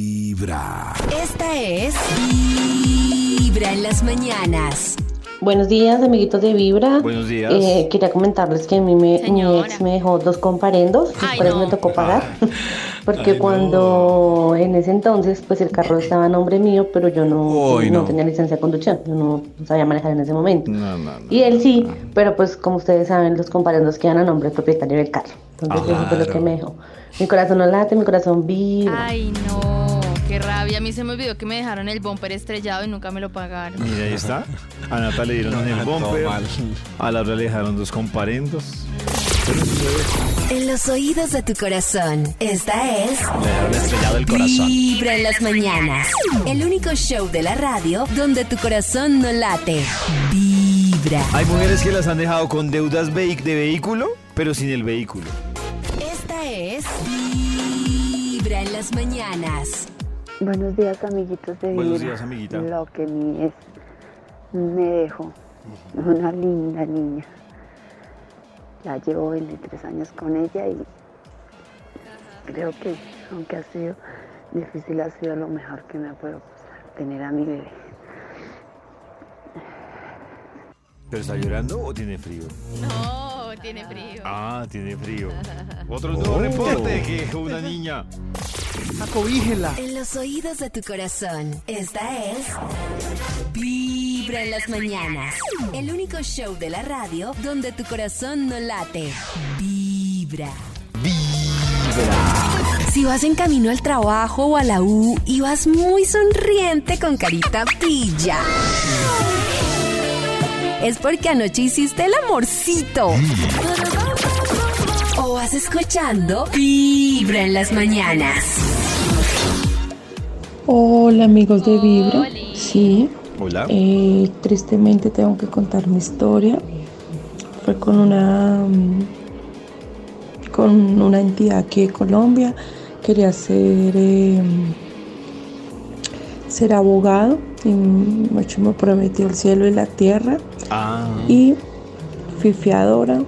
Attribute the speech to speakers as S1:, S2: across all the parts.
S1: Vibra.
S2: Esta es Vibra en las mañanas.
S3: Buenos días, amiguitos de Vibra.
S4: Buenos días.
S3: Eh, quería comentarles que a mí me, mi
S5: Señora.
S3: ex me dejó dos comparendos, los
S5: Ay,
S3: cuales
S5: no.
S3: me tocó pagar. Porque
S4: Ah. Ay, no.
S3: cuando en ese entonces, pues el carro estaba a nombre mío, pero yo no,
S4: Ay,
S3: no
S4: no.
S3: tenía licencia de conducción, yo no sabía manejar en ese momento.
S4: No, no, no.
S3: Y él sí, pero pues como ustedes saben, los comparendos quedan a nombre del propietario del carro. Entonces eso fue lo que
S4: Claro.
S3: me dejó. Mi corazón no late, mi corazón vibra.
S5: Ay, no, qué rabia. A mí se me olvidó que me dejaron el bumper estrellado y nunca me lo pagaron.
S4: Mira, ahí está. A Nata le dieron el bumper. A Laura le dejaron dos comparendos.
S2: En los oídos de tu corazón. Esta es
S6: Le dejaron estrellado el corazón.
S2: Vibra en las mañanas. El único show de la radio donde tu corazón no late. Vibra.
S4: Hay mujeres que las han dejado con deudas vehi- de vehículo, pero sin el vehículo.
S2: Esta es Vibra en las mañanas.
S7: Buenos días, amiguitos de
S4: Buenos
S7: Vibra.
S4: días, amiguita.
S7: Lo que mi es, me dejó una linda niña. Ya llevo 23 años con ella y creo que, aunque ha sido difícil, ha sido lo mejor que me ha podido pasar, tener a mi bebé.
S4: ¿Pero está llorando o tiene frío?
S5: No, tiene frío.
S4: Ah, tiene frío. Otro nuevo reporte que dejó una niña.
S2: En los oídos de tu corazón. Esta es Vibra en las mañanas. El único show de la radio donde tu corazón no late. Vibra. Si vas en camino al trabajo o a la U y vas muy sonriente con carita pilla. Es porque anoche hiciste el amorcito. O vas escuchando Vibra en las mañanas.
S8: Hola amigos de Vibra,
S5: Oli.
S8: sí,
S4: Hola.
S8: eh, tristemente tengo que contar mi historia. Fue con una mm, con una entidad aquí de Colombia. Quería ser eh, ser abogado y mucho me prometió el cielo y la tierra
S4: Ah.
S8: y fui fiadora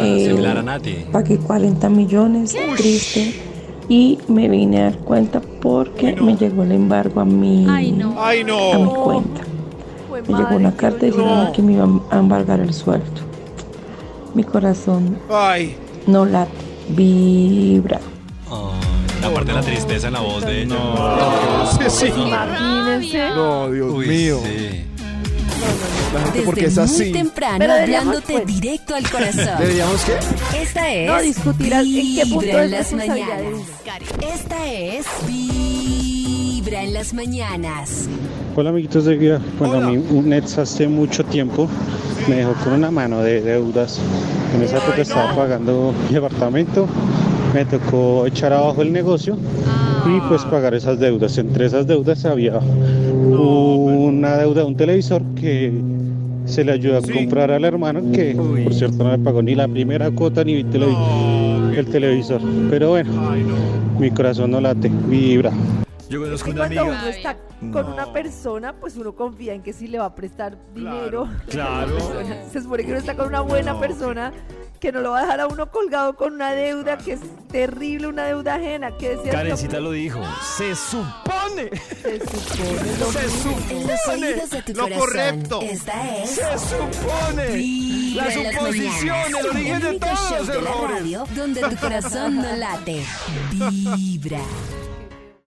S8: eh,
S6: Similar a Nati.
S8: pagué 40 millones, triste. Y me vine a dar cuenta porque me llegó el embargo a mi,
S5: Ay, no.
S4: ¡Ay,
S8: a mi
S4: no!
S8: cuenta. Me llegó una carta diciendo que me iban a embargar el sueldo. Mi corazón
S4: ¡Ay!
S8: no late, vibra.
S6: Ay, Aparte la tristeza en la voz de ella.
S5: Imagínense.
S9: No, Dios
S6: Uy,
S9: mío.
S6: sí.
S9: La gente
S2: Desde
S9: porque es
S2: muy
S9: así.
S2: temprano
S10: Pero deberíamos,
S2: hablándote
S10: pues.
S2: directo al corazón.
S9: ¿Deberíamos qué?
S2: Esta es
S10: No discutirás en qué punto
S2: Vibra
S10: es
S2: en las
S10: responsabilidad de
S2: mañanas. Esta es Vibra en las mañanas.
S11: Hola amiguitos de Guía. Bueno,
S4: Hola.
S11: a mí un ex hace mucho tiempo me dejó con una mano de deudas. En esa época estaba pagando mi apartamento, me tocó echar abajo el negocio y pues pagar esas deudas. Entre esas deudas había una deuda de un televisor que se le ayudó a comprar al hermano que por cierto no le pagó ni la primera cuota ni el, televi- el televisor. Pero bueno, mi corazón no late, vibra.
S4: Yo conozco
S10: Y
S4: una
S10: cuando
S4: amiga.
S10: uno está con
S4: No.
S10: una persona, pues uno confía en que si le va a prestar dinero.
S4: Claro.
S10: Se supone que uno está con una buena
S4: No.
S10: persona que no lo va a dejar a uno colgado con una deuda que es terrible, una deuda ajena. Que decía
S4: Karencita lo dijo. Se supone.
S10: Se supone lo
S4: Se
S10: mismo.
S2: En los oídos de tu
S4: Lo
S2: corazón.
S4: correcto.
S2: Esta es
S4: Se supone.
S2: Vibra
S4: La
S2: en las
S4: suposición,
S2: mañanas.
S4: el origen de
S2: único
S4: todos
S2: show
S4: los
S2: de la
S4: errores.
S2: radio donde tu corazón no late. Vibra.